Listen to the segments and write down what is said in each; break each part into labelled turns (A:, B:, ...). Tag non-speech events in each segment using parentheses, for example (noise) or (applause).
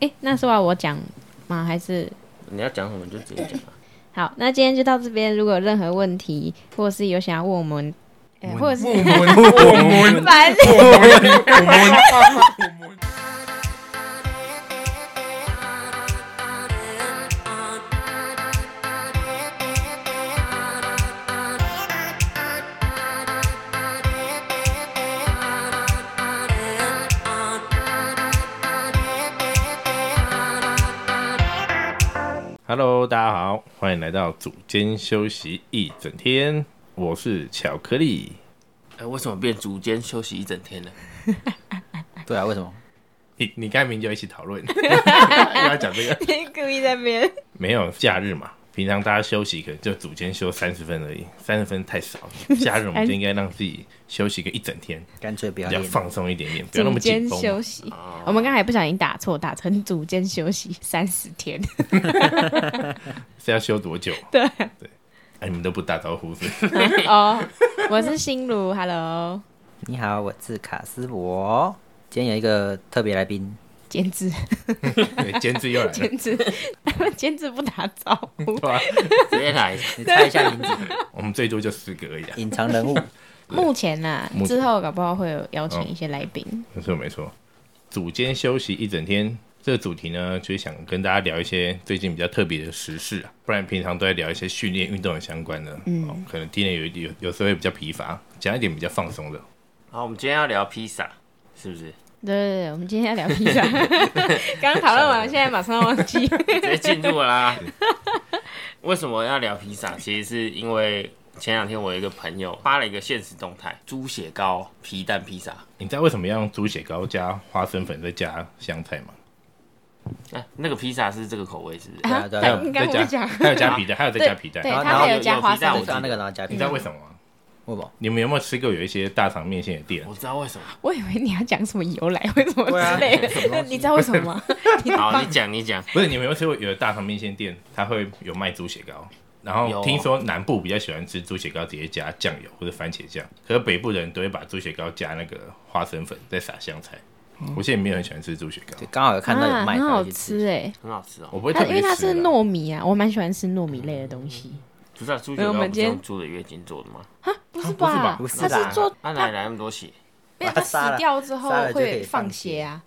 A: 哎、那是要我讲吗？还是
B: 你要讲什么就直接讲啊。
A: 好？那今天就到这边。如果有任何问题，或是有想要问我们，呃、
C: 问
A: 或者 (laughs) 是
C: 我们我们
A: 烦
C: 我们。
D: Hello，大家好，欢迎来到组间休息一整天，我是巧克力，
B: 哎，为什么变组间休息一整天呢？
C: 对啊，为什么？
D: 你你刚才明就一起讨
A: (laughs)
D: 论，又要讲这个
A: 故意在那边。
D: 没有假日嘛？平常大家休息可能就组间休三十分而已，三十分
A: (laughs)
D: 太少了。假日我们就应该让自己休息个一整天，
C: 干脆不要
D: 比较
C: 练。
D: 放松一点点，不要那
A: 组
D: 么紧
A: 间
D: 绷啊哦
A: 休
D: 嘛。
A: 息，我们刚才不小心打错，打成组间休息
D: (laughs)
A: 三十天。
D: 是要休多久？
A: 对，
D: 哎，你们都不打招呼是不是？ (laughs)
A: 哦，我是心如，Hello，
C: 你好，我是卡斯伯。今天有一个特别
D: (laughs)
C: 来宾，
A: 监制，
D: 对监制又来
A: (laughs)
D: 了，
A: 监制，监制不打招呼。
D: 对吧？
B: (laughs) 直接来，
C: 你猜一下名字，
D: 我们最多就四个而已啊。
C: 隐
D: (laughs)
C: 藏人物。
A: 目前呐、
D: 目前哦
A: 之后搞不好会有邀请一些来宾。
D: 没错没错，组间休息一整天这个主题呢，就是想跟大家聊一些最近比较特别的时事啊，不然平常都在聊一些训练运动的相关的，嗯、哦，可能听了有有有时候会比较疲乏，讲一点比较放松的。
B: (laughs) 好，我们今天要聊披萨，是不 (laughs) 是？
A: 对对对，我们今天要聊披萨，
D: (laughs)
A: 刚讨论完，现在马上忘记。
B: 直接进入了 (laughs) 啦。为什么要聊披萨？其实是因为前两天我有一个朋友发了一个现实动态，猪血糕皮蛋披萨。
D: 你知道为什么要用猪血糕加花生粉再加香菜
A: (laughs)
D: 吗？
B: 哎、那个披萨是这个口味，是不是？
C: 对啊对
D: 还
C: 啊
D: 有
A: 应该
D: 再
A: 不会
D: 加，
A: 讲
D: 还有加皮带，还有再加皮带。
A: 对，
C: 然后
A: 它还有加花
B: 然
C: 我
A: 生
B: 后有
C: 啊知道那个然后加
D: 你
C: 冰
D: 知。道为什么吗？
C: 为什么？
D: 你们有没有吃过有一些大肠面线的店
B: 我？知道为什么。
A: 我以为你要讲什么由来，为什么
C: 对啊
A: 之类的
C: 什么，东
A: (laughs)
C: 西
A: 你知道为什么吗？你
B: 好，
A: 放
B: (laughs) 你讲，你讲。
D: 不是，你们有没有吃过有的大肠面线店，它会有卖猪血糕，然
B: 有
D: 后
B: 哦
D: 听说南部比较喜欢吃猪血糕，直接加酱油或者番茄酱，可是北部人都会把猪血糕加那个花生粉，再撒香菜。我现在没有很喜欢吃猪血糕
C: 就，刚好有看到有
A: 啊
C: 卖，
A: 很
C: 才
A: 好
C: 会去
A: 吃。哎、
B: 很好吃哦、
D: 我不会
A: 它
D: 特
A: 因
D: 别
A: 为
D: 吃啦。
A: 它是糯米啊，我蛮喜欢吃糯米类的东西。
B: 不是、啊、猪血
A: 没有
B: 糕
A: 我们
B: 不是
A: 今天
B: 用猪的月经做的吗？
A: 不是
D: 吧
A: 吧？
C: 啊不是
A: 它
C: 吧
A: 是做
B: 它、哪里来那么多 (laughs) 血？
A: 没有
C: 把它
A: 它
C: 杀了
A: 死掉之后
C: 杀了就可以
A: 会
C: 放
A: 放血啊。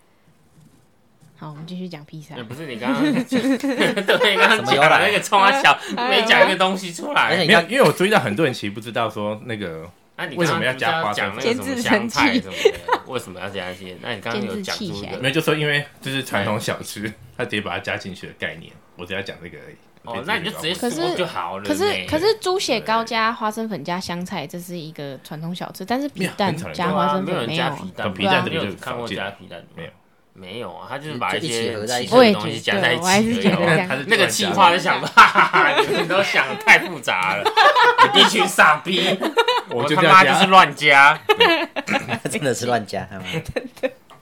A: 好，我们继续讲披萨
B: 哎
D: 嗯
B: 也、。不是你刚 (laughs) 刚，对，刚刚
C: 由
B: 讲
C: 来
B: 那个冲啊 (laughs) 小，
A: 哎
B: 没讲一个东西出
C: 而且
B: 来。
C: 你
D: 没有，
C: 看，
D: 因为我注意到很多人其实不知道说那个
B: 那啊你
D: 为什么要加花生
B: 讲那个什么香菜什么的？为什么要加一些？那你刚刚有讲
A: 监制
B: 出一
A: 器
B: 个
A: 械
D: 没有，就说因为这是传统小吃，它直接把它加进去的概念，我只要讲这个而已。
B: 哦，那你就直接
A: 可是
B: 说就好了呢。
A: 可是可是猪血糕加花生粉加香菜，这是一个传统小吃，但是皮
D: 没有
A: 蛋
D: 很少人
A: 加
D: 加
A: 花
B: 啊
A: 生
B: 没有
A: 粉
B: 人
A: 没有
B: 加
A: 啊。
B: 皮蛋，
D: 啊皮蛋
B: 你
D: 这个
B: 有
D: 就
B: 看过
D: 少见
B: 加皮蛋的吗
D: 没有？
B: 没有啊，他就是把一
C: 就一起
B: 些
C: 合在一
B: 奇
C: 起
B: 特的东西加在一起而已啊。
A: 我也觉得对我还是觉得这样
D: 它是
B: 那个气话就想到，哈哈哈你们都想得太复杂了，你一群傻逼，
D: (laughs) 我就
B: 他
D: 这
B: 妈
D: 样
B: 就是
D: 加。
B: 乱加。
C: (laughs) 真的是乱加，嗯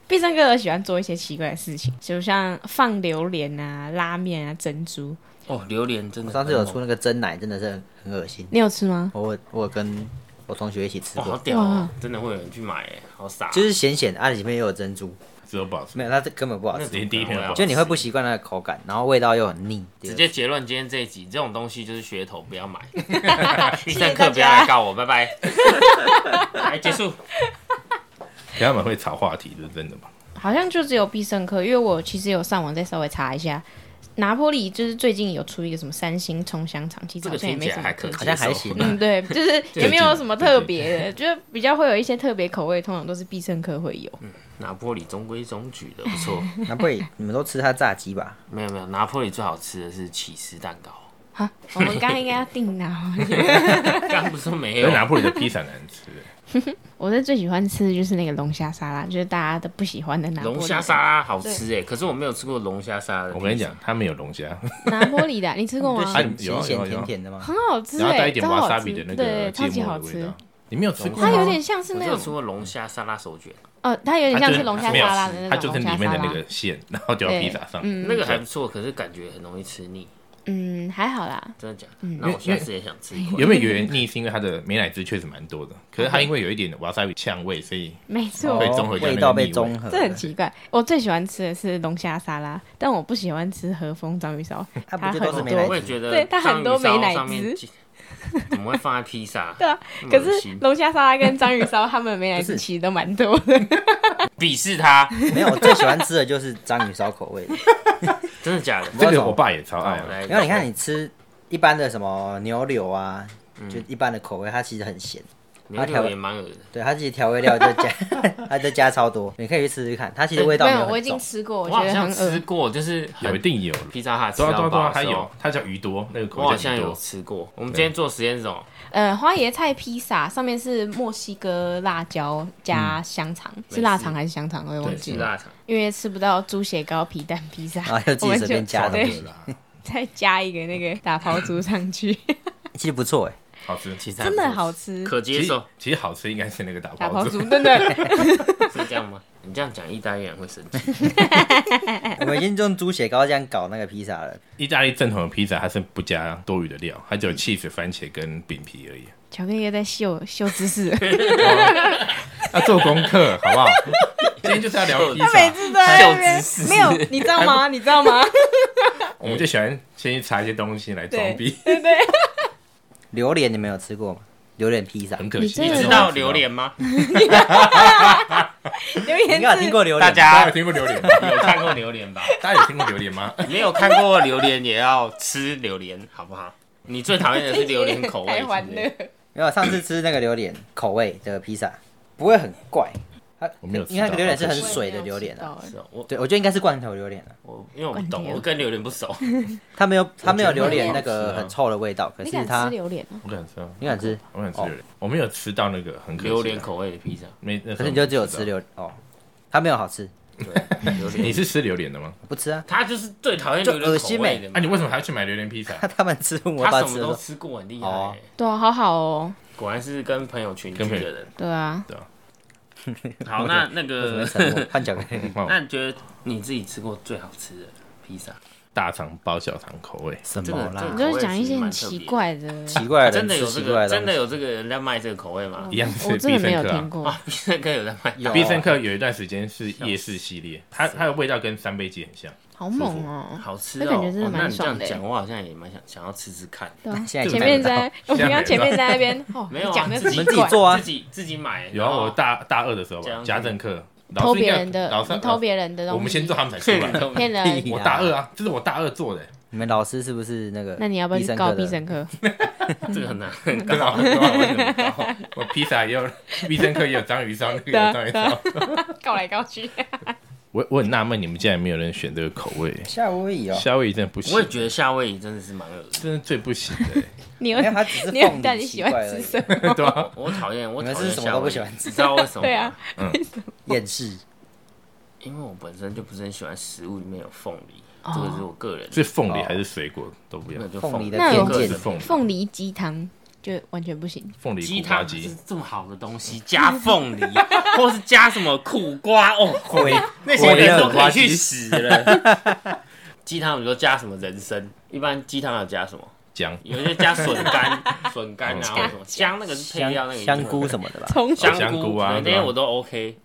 A: 必胜客喜欢做一些奇怪的事情，就像放榴莲啊、拉面啊、珍珠。
B: 哦，榴莲真
C: 我
B: 的，
C: 上次有出那个真奶，真的是很很恶心。
A: 你有吃吗？
C: 我我跟我同学一起吃
B: 哇，好
C: 过，
B: 屌哦
A: 哇，
B: 真的会有人去买耶，好傻。
C: 就是咸咸的，啊里面又有珍珠，
D: 只有不好吃，
C: 没有，它这根本不好
B: 那
C: 吃
B: 怎。
D: 连第一天都不好吃
C: 就你会不习惯那个口感，然后味道又很腻。
B: 直接结论，今天这一集这种东西就是噱头，不要
A: (laughs)
B: 买。必
A: 谢
B: 胜
A: 大家哎
B: 客不要来告我，
A: (laughs)
B: 拜拜。来结束。
D: 他们会炒话题，这是真的吧？
A: 好像就只有必胜客，因为我其实有上网再稍微查一下，拿坡里就是最近有出一个什么三星葱香肠，其实
B: 这
A: 好
B: 个
A: 像也
B: 听
A: 没
B: 起
A: 什
B: 来
A: 么
B: 还
A: 特别
B: 可
C: 好像还行啊
A: 嗯，对，
D: (laughs)
A: 就是也没有什么
D: 最近
A: 特别的，就是比较会有一些特别口味，通常都是必胜客会有。
D: 嗯
B: 拿破里中规中矩的，不错。
C: 拿破里，你们都吃它炸鸡吧？
B: 没有没有，拿破里最好吃的是起司蛋糕。
A: 好，我们刚刚应该要定拿。
B: 刚刚不是说没
D: 因
B: 有
D: 为？拿破里的披萨难吃，
A: 我是最喜欢吃的就是那个龙虾沙拉，就是大家都不喜欢的拿
B: 龙
A: 坡
B: 虾沙拉好吃哎，可是我没有吃过龙虾沙拉的。
D: 我跟你，讲，他们有龙虾，
A: 拿坡里的啊，你吃
D: (laughs)
A: 过吗？
D: 啊
A: 很
D: 有啊有
C: 咸咸
D: 啊有
C: 甜
D: 啊
C: 甜的吗？
A: 好吃
D: 然后带
A: 哎，
D: 一点
A: 超
D: 瓦萨
A: 好
D: 比的
A: 吃，
D: 那
A: 对，
D: 个芥
A: 超级
D: 末
A: 好
D: 的味
A: 吃
D: 道。。嗯你没有吃过吗？
A: 它有点像是
B: 我
A: 那
B: 只有吃
A: 种，
B: 过龙虾沙拉手卷，
A: 呃，它有点像是龙虾
D: 没有
A: 沙拉的那种
D: 它就是里面的
A: 龙
D: 那
A: 虾沙拉
D: 个馅，然后丢到披萨上。
A: 嗯
B: 那个还不错，可是感觉很容易吃腻。
A: 嗯，还好啦， (laughs)
B: 真的假的？那我下次也想吃一块。
D: 原本有点腻，是因为它的美乃滋确实蛮多的，可是它因为有一点瓦萨比呛味，所以
A: 没错，
B: 哦
D: 被综合掉那个
C: 哦味道被
D: 腻味
C: 综合了，
A: 这很奇怪。我最喜欢吃的是龙虾沙拉，但我不喜欢吃和风章鱼
C: (laughs)
A: 烧，
C: 啊
A: 它
C: 不
A: 很
C: 就都是美
A: 多
B: 哦
C: 乃
B: 我也觉得，
A: 对它很多美乃滋
B: 上面怎么会放在披萨？
A: (laughs) 对啊，
B: 那么
A: 可
B: 恶
A: 是
B: 心
A: 龙虾沙拉跟章鱼烧，他 (laughs) 们没来
C: 不
A: 自
C: 是
A: 其实都蛮多的。
B: 鄙视他，
C: (laughs) 没有，我最喜欢吃的就是章鱼烧口
A: (laughs)
C: 味的。
B: 真的假
D: (laughs)
B: 的？
D: 这个我爸也超爱啊。
B: 来
C: 因为你看，你吃一般的什么牛柳啊，
A: 嗯
C: 就一般的口味，它其实很咸。
D: 啊
B: 牛柳也蛮恶的，
C: 对，它其实调味料就
A: (laughs)
C: 加，它就加超多，你可以去试试看。它其实 (laughs) 味道
A: 呃没
C: 有
A: 有，
C: 很
A: 我已经
C: 重
A: 吃过，我
B: 我
A: 觉
B: 好
A: 得
B: 像
A: 很
B: 吃
A: 恶。
B: 过，就是
D: 有一
B: 很
D: 定有，
B: 披萨哈，吃
D: 对啊
B: 到
D: 对啊对
B: 饱
D: 啊，
B: 的
D: 它
B: 时候
D: 有，，它叫鱼多，那个
B: 我好
D: 口
B: 像
D: 味叫鱼
B: 有
D: 多，
B: 吃过。我们今天做实验是什么？
A: 呃，花椰菜披萨上面是墨西哥辣椒加香肠，
C: 嗯
A: 是辣肠还是香肠？我也忘
B: 对，
A: 记
B: 吃
A: 了，
D: 嗯
B: 腊肠。
A: 因为吃不到猪血糕皮蛋披
C: (laughs)
A: 萨，
C: 啊，就自
A: 我们
C: 己随便
A: 就
C: 加的，
A: 对，再加一个那个打抛猪上
C: (laughs)
A: 去，
C: 其实不错
A: (laughs)
C: 哎。
D: 好吃。
B: 其实还
A: 真的
B: 不错
A: 好吃。
B: 可
D: 其
B: 接
D: 实
B: 受，
D: 其实好吃应该是那个打
A: 打
D: 包
A: 抛
D: 子
A: 猪，真的，
B: 是这样吗？你这样讲，意大利人会生
A: (laughs)
B: 气。
C: 我们已经用猪血糕这样搞那个披萨了，
D: 意大利正统的披萨它是不加多余的料，它只有 cheese、番茄跟饼皮 (laughs) 而已。
A: 巧克力又在秀秀姿势， (laughs)
D: 要啊做功课，好不好？ (laughs) 今天就是要聊披
A: 他每
D: 萨，
A: 次都在那
B: 秀
A: 边
B: 姿势
A: 没有，你知道吗？你知道吗？
D: 我们就喜欢先去查一些东西来装逼，
A: 对对，
C: 榴莲你们有吃过吗？榴莲披萨，
D: 很
C: 你
D: 可惜。
A: 你真的
B: 知道榴莲吗？
A: 留言
C: 应该有啊
A: 是 (laughs)
C: 听过榴
B: 大
D: 大
C: 莲吧，
D: 家
B: 家
D: 有听过榴莲吗？ (laughs)
B: 有看过榴莲吧？
D: 大家有听过榴莲吗？ (laughs)
B: 没有看过榴莲也要吃榴莲，好不好？你最讨厌的是榴莲口
A: (laughs)
B: 味
A: 太，欢乐
B: 是不是。
C: 没有，上次吃那个榴莲口味的披萨，不会很怪。它
D: 我没有吃到
C: 因为那个榴莲是很
D: 我也没
C: 水的榴莲啊。
A: 我也没有吃
B: 是
A: 到
B: 哦我
C: 对，我觉得应该是罐头榴莲啊，
B: 我因为我不
A: 关
B: 懂，
A: 掉
B: 我跟榴莲不熟。
C: 它没有它没有
D: 我觉得
C: 榴
A: 很
C: 莲那
B: 好吃啊
C: 个很臭的味道，可
A: 欸。
C: 是
A: 你敢
C: 它
A: 吃榴莲吗？
D: 我敢吃啊，哦
C: 你敢
B: 嗯
C: 吃？
D: 我敢吃榴莲。我没有吃到那个很可惜的
B: 榴莲，口味的披萨，
D: 没。那时候
C: 可是你就只有吃榴哦，它没有好吃，
B: 对，榴
D: 你
B: 莲。
D: 是吃榴莲的吗？
C: 我不吃啊。
B: 他就是最讨厌榴莲口味的
D: 啊，你
B: 嘛。
D: 为什么还要去买榴莲披萨？
C: 他他们吃我
B: 他
C: 爸
B: 什
C: 吃
B: 么
C: 的
B: 都
C: 说，
B: 吃过，很厉害
C: 哦
B: 欸。
A: 对啊，好好哦。
B: 果然是跟朋友群居
D: 跟朋友
B: 的人。
A: 对啊，
B: 好，那那
C: 为什么
B: 个
C: 会，沉默？换巧克力，
B: (laughs) 那你觉得你自己吃过最好吃的披萨？
D: (laughs) 大肠包小肠口味，
C: 什
B: 这个
C: 么
B: 这
A: 你
B: 个
C: 啦？
A: 就是讲一些很奇怪的，
C: 奇怪的
B: 真
C: 人
B: 的有
C: 吃
B: 这
C: 奇
B: 个，
C: 怪
B: 真
C: 东
B: 的
C: 西，
B: 有这个人在卖这个口味吗？
D: 一样是
A: 哦我真的没有
D: 必胜客啊
A: 听过。
B: 啊，必胜客有在卖，
C: 有
D: 必胜客有一段时间是夜市系列，它它的味道跟三杯鸡很像。
A: 好猛哦、
B: 好吃
A: 那
B: 哦。
A: 感觉真的
B: 哦那
A: 蛮
B: 你这
A: 爽
B: 样
A: 的欸
B: 讲，我好像也蛮想想要吃吃看。
A: 对啊，
C: 现在
A: 前
C: 看
A: 面
C: 不到
A: 在，我们刚刚前面在那边，哦，
B: 没有啊
A: 你讲的
B: 自己
C: 你们
A: 奇
C: 自己
A: 怪，
C: 做啊
B: 自，己自己买。
D: 有啊，我大大二的时候
B: 这
D: 吧
B: 样，子
D: 家政课
A: 偷
D: 老师应
A: 别
D: 该
A: 人的
D: 老，师
A: 你偷
D: 老师
A: 别人的东西，
D: 我们先做，他们才出
B: 骗
D: 来。 (laughs)
B: 人
A: (laughs) 骗人。
D: 我大二啊，这是我大二做的，
C: 你们老师是不是那个？
A: 那你要不要去告必？胜客？
B: 这个很难。
D: (laughs) 真的好很好玩很高我披萨也有， (laughs) 必胜客也有章鱼烧，那个也有章鱼烧。
A: 告来告去，
D: (laughs) 我我很纳闷，你们竟然没有人选这个口味，
C: 夏威夷哦，
D: 夏威夷真的不行
B: 我，也觉得夏威夷真的是蛮恶心。
D: 真的最不行的。
A: (laughs) 你又
C: 没有，他只
A: (laughs)
C: 是
A: 你又
C: 凤
A: 到
C: 梨
A: 底喜
C: 奇怪
A: 欢
C: 而
A: 吃
C: 已，
A: 什么？
D: (laughs) 对吧？
B: 我讨厌，我
C: 你们
B: 讨
C: 是
B: 厌
C: 什么
B: 夏
C: 都不
B: 威夷
C: 喜欢吃
B: 知道为什么吗？
A: 对啊，
C: 厌世。
B: 因为我本身就不是很喜欢食物里面有凤梨，这个是我个人，
D: 是凤梨还是水果都不要
B: 那，就
C: 哦凤
D: 呃
C: 梨的
A: 那有
B: 个
C: 偏
B: 人
D: 是
C: 见，
D: 凤梨啊
A: 凤梨鸡汤就完全不行，
D: 凤梨
B: 鸡
D: 苦瓜
B: 汤
D: 鸡
B: 是。这么好的东西，加凤梨，或是加什么苦瓜哦， (laughs)
C: 毁
B: 那些人都可以去
C: 鸡
B: 死了。鸡汤你说加什么人参？一般鸡汤要加什么？
D: 姜
B: 有些加笋干、笋干啊，或者什么姜那个是配料，那个
C: 哦香
B: 一定
C: 香
B: 会
C: 菇什么
A: (laughs)
C: 的吧？哦
A: 葱
D: 香
B: 香菇
D: 菇啊
B: 对那
D: 对
B: 些
D: 吧
B: 我都 OK，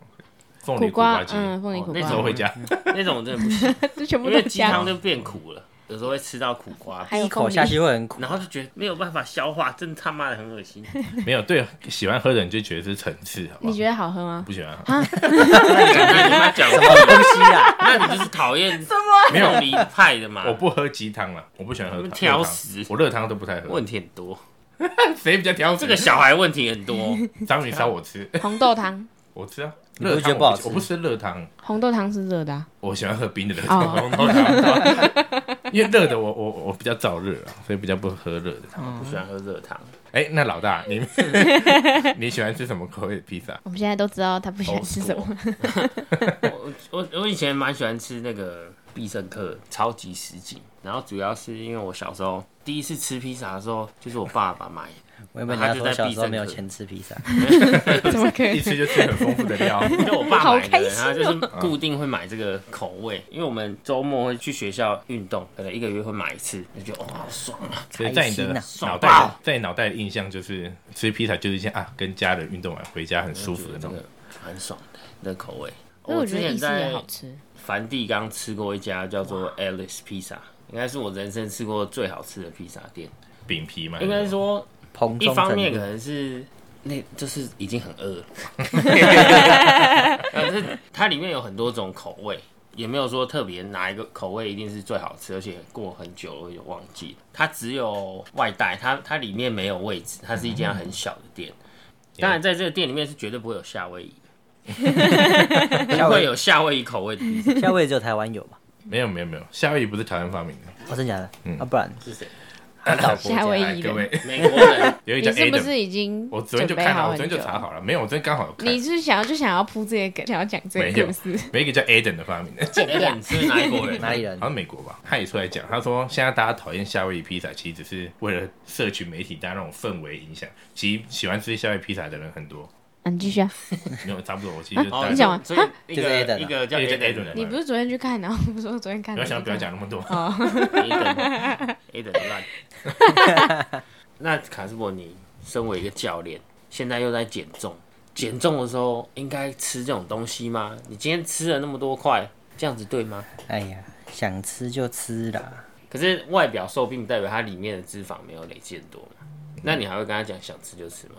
D: 凤
A: 苦
D: 梨苦瓜
A: 瓜，
D: 鸡，
A: 嗯，凤梨苦
B: 哦那
D: 那时候
A: 瓜，
D: 会加
B: 那种我真的不行，
A: 这全部
B: 因
A: 都
B: 为鸡汤
A: 加，
B: 就变苦了，有时候会吃到苦瓜，
A: 还有
C: 一口
A: 凤梨
C: 下去会很苦，
B: 然后就觉得没有办法消化，真他妈的很恶心。
D: 没有对喜欢喝的人就觉得是层次，好不
A: 你
D: 好？
A: 觉得好喝吗？
D: 不喜欢喝，
B: (laughs) 那你妈 (laughs) 讲什
C: 哦
B: 么东西啊？那你就是讨厌什么
D: 没有
B: 凤梨派的嘛？
D: 我不喝鸡汤了，我不喜欢喝
B: 你们
D: 汤。
B: 挑
D: 热汤
B: 食
D: 我热汤都不太喝。
B: 问题很多，嗯
D: 谁比较挑食？
B: 这个小孩问题很多。
D: 章鱼烧我吃，
A: 红豆汤，
D: 我吃啊。
C: 你不是
D: 热
C: 觉
D: 汤
C: 得不好吃
D: 我不吃热汤，
A: 红豆汤是热的、啊，
D: 我喜欢喝冰的热
A: 哦
D: 汤。红豆汤 (laughs) 因为热的我我我比较燥热啊，所以比较不喝热的
A: 哦
D: 汤。
B: 不喜欢喝热汤，
D: 哎，那老大
A: (laughs)
D: 你你喜欢吃什么口味的披萨？
A: 我们现在都知道他不喜欢吃什么。
B: 我我我以前蛮喜欢吃那个必胜客超 (laughs) 级什锦，然后主要是因为我小时候第一次吃披萨的时候，就是我爸爸买的，
C: 我原本
B: 他
C: 要
B: 就
C: 说
B: 在
C: 小
B: 必
C: 时候
B: 胜
C: 没有
B: 客
C: 钱吃披
B: (laughs)
C: 萨，
A: (laughs) 怎么可
D: 哦一
A: 能？
D: 吃就吃很丰富的
A: (laughs)
D: 料。
B: 就我爸买
A: 好开
B: 的，
A: 心哦
B: 他就是固定会买这个口味，因为我们周末会去学校运动，可能一个月会买一次，就觉得哦好爽啊！
D: 所以在你
C: 开
D: 的
C: 心
B: 啊
D: 脑袋
B: 爽爆
D: 的，在你脑袋的印象就是吃披萨就是一件啊，跟家人运动完回家很舒服的那
B: 这
D: 种。
B: 个很爽的那口味。
A: 因为我
B: 之
A: 觉得
B: 前
A: 意式也
B: 在
A: 好吃，
B: 梵蒂冈吃过一家叫做 Alice Pizza，应该是我人生吃过最好吃的披萨店。
D: 饼皮嘛，
B: 应该是说
C: 蓬
B: 一
C: 松
B: 方
C: 程
B: 面可
C: 度。
B: 能是那就是已经很饿了， (laughs) 但是它里面有很多种口味，也没有说特别哪一个口味一定是最好吃，而且过很久了我也忘记了。它只有外带，它它里面没有位置，它是一家很小的店。当然，在这个店里面是绝对不会有夏威夷，不会有夏威夷口味的披萨。
C: 夏威夷只有台湾有吧？
D: 没有没有没有，夏威夷不是台湾发明的，
C: 哦，真假的？啊，不然
B: 是谁？
C: 海岛国
A: (laughs) 夏
C: 家
A: 威夷
D: 哎 (laughs)
A: 人
D: 各位
B: 美国
A: (laughs)
B: 人。
D: 有一
A: 你
D: 个叫
A: 是不
D: Adam，
A: 是已经
D: 我昨
A: 准
D: 天就
A: 备
D: 看
A: 好
D: 了，我
A: 很
D: 昨
A: 久？
D: 天就查好了，没有，我昨天刚好有看，
A: 你是想要就想要铺这个梗，想要讲这个故事？ (laughs)
D: 没有一个叫 Adam 的发明的，
B: 哎你是哪一国人？
C: 哪里人
D: 好？像美国吧，他也出来讲，他说现在大家讨厌夏威夷披萨，其实只是为了社群媒体大家那种氛围影响，其实喜欢吃夏威夷披萨的人很多，
A: 嗯，你继续啊！
D: 没有差不多，我其实就
B: 哦
D: 大概
A: 你讲完
B: 所以一
C: 就是
B: 个
C: Aiden 啊
B: 一个叫
D: Aiden
B: Aiden 的
D: Aiden
A: 你不是昨天去看，然后不说昨天看
D: 不
A: 的
D: 要
A: 那个？
D: 想不要讲那么多，
B: A 等 A 等
A: (laughs)
B: 烂。那卡斯伯，你身为一个教练，现在又在减重，减重的时候应该吃这种东西吗？你今天吃了那么多块，这样子对吗？
C: 哎呀，想吃就吃啦。
B: 可是外表瘦并不代表它里面的脂肪没有累积很多嘛。那你还会跟他讲想吃就吃吗？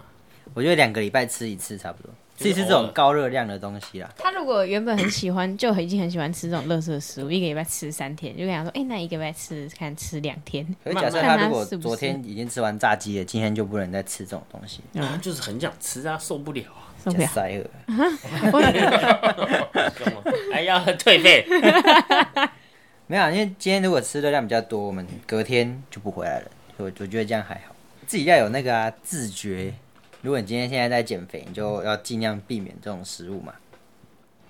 C: 我觉得两个礼拜吃一次差不多，
B: 就是
C: 吃一次这
B: 偶
C: 种
B: 尔
C: 高热量的东西啦。
A: 他如果原本很喜欢，就已经很喜欢吃这种垃圾食物，一个礼拜吃三天，就跟他说：“哎、那一个礼拜吃看吃两天。
C: 可是假设
A: 慢慢
C: 他如果
A: 看他是不是
C: 昨天已经吃完炸鸡了，今天就不能再吃这种东西，
B: 啊，就是很想吃啊，受不了啊，”
A: 受
B: (laughs)
A: 不了
C: 假，塞了。
B: 干嘛？还要哎退费？
C: 没有啊，因为今天如果吃的量比较多，我们隔天就不回来了。所以我我觉得这样还好，自己要有那个啊自觉。如果你今天现在在减肥，你就要尽量避免这种食物嘛。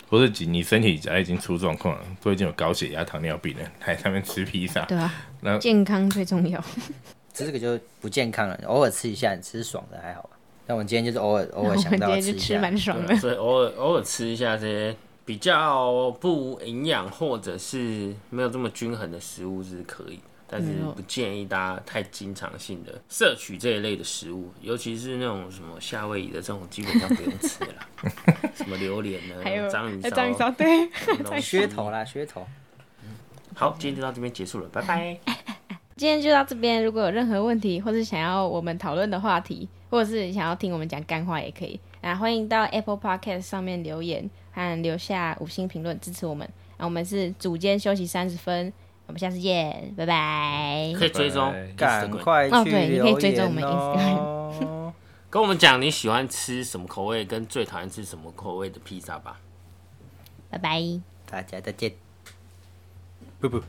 D: 或者你身体假如已经出状况了，都已经有高血压、糖尿病了，还在那边吃披萨，
A: 对啊
D: 那？
A: 健康最重要。
C: 吃这个就不健康了，偶尔吃一下，你吃爽的还好吧。但我们今天就是偶尔偶
A: 我
C: 尔
A: 们
C: 想
A: 今
C: 到
A: 天
C: 吃
A: 就
C: 一
A: 吃
C: 下，
A: 蛮爽
B: 对
A: 的
B: 啊，所以偶尔偶尔吃一下这些比较不营养或者是没有这么均衡的食物是可以的，但是
A: 没错
B: 不建议大家太经常性的摄取这一类的食物，尤其是那种什么夏威夷的这种，基本上不用吃了啦，
A: (laughs)
B: 什么榴莲
A: 还有
B: 呢，章鱼
A: 呃章鱼
B: 烧
A: 烧， (laughs) 对，
B: 那种
C: 噱头啦，噱头。
B: 好，今天就到这边结束了，
A: (laughs)
B: 拜拜。
A: 今天就到这边。如果有任何问题，或是想要我们讨论的话题，或者是想要听我们讲干话，也可以啊，欢迎到 Apple Podcast 上面留言和留下五星评论支持我们。啊，我们是组间休息三十分，我们下次见，拜拜。
B: 可以追踪
D: 拜拜，
C: 赶快
A: 哦
C: 去
A: 对你
C: 留
A: 可以
C: 言哦
A: 追踪我们
C: (laughs) Instagram。
B: 跟我们讲你喜欢吃什么口味，跟最讨厌吃什么口味的披萨吧。
A: 拜拜。
C: 大家再见。
D: 不不。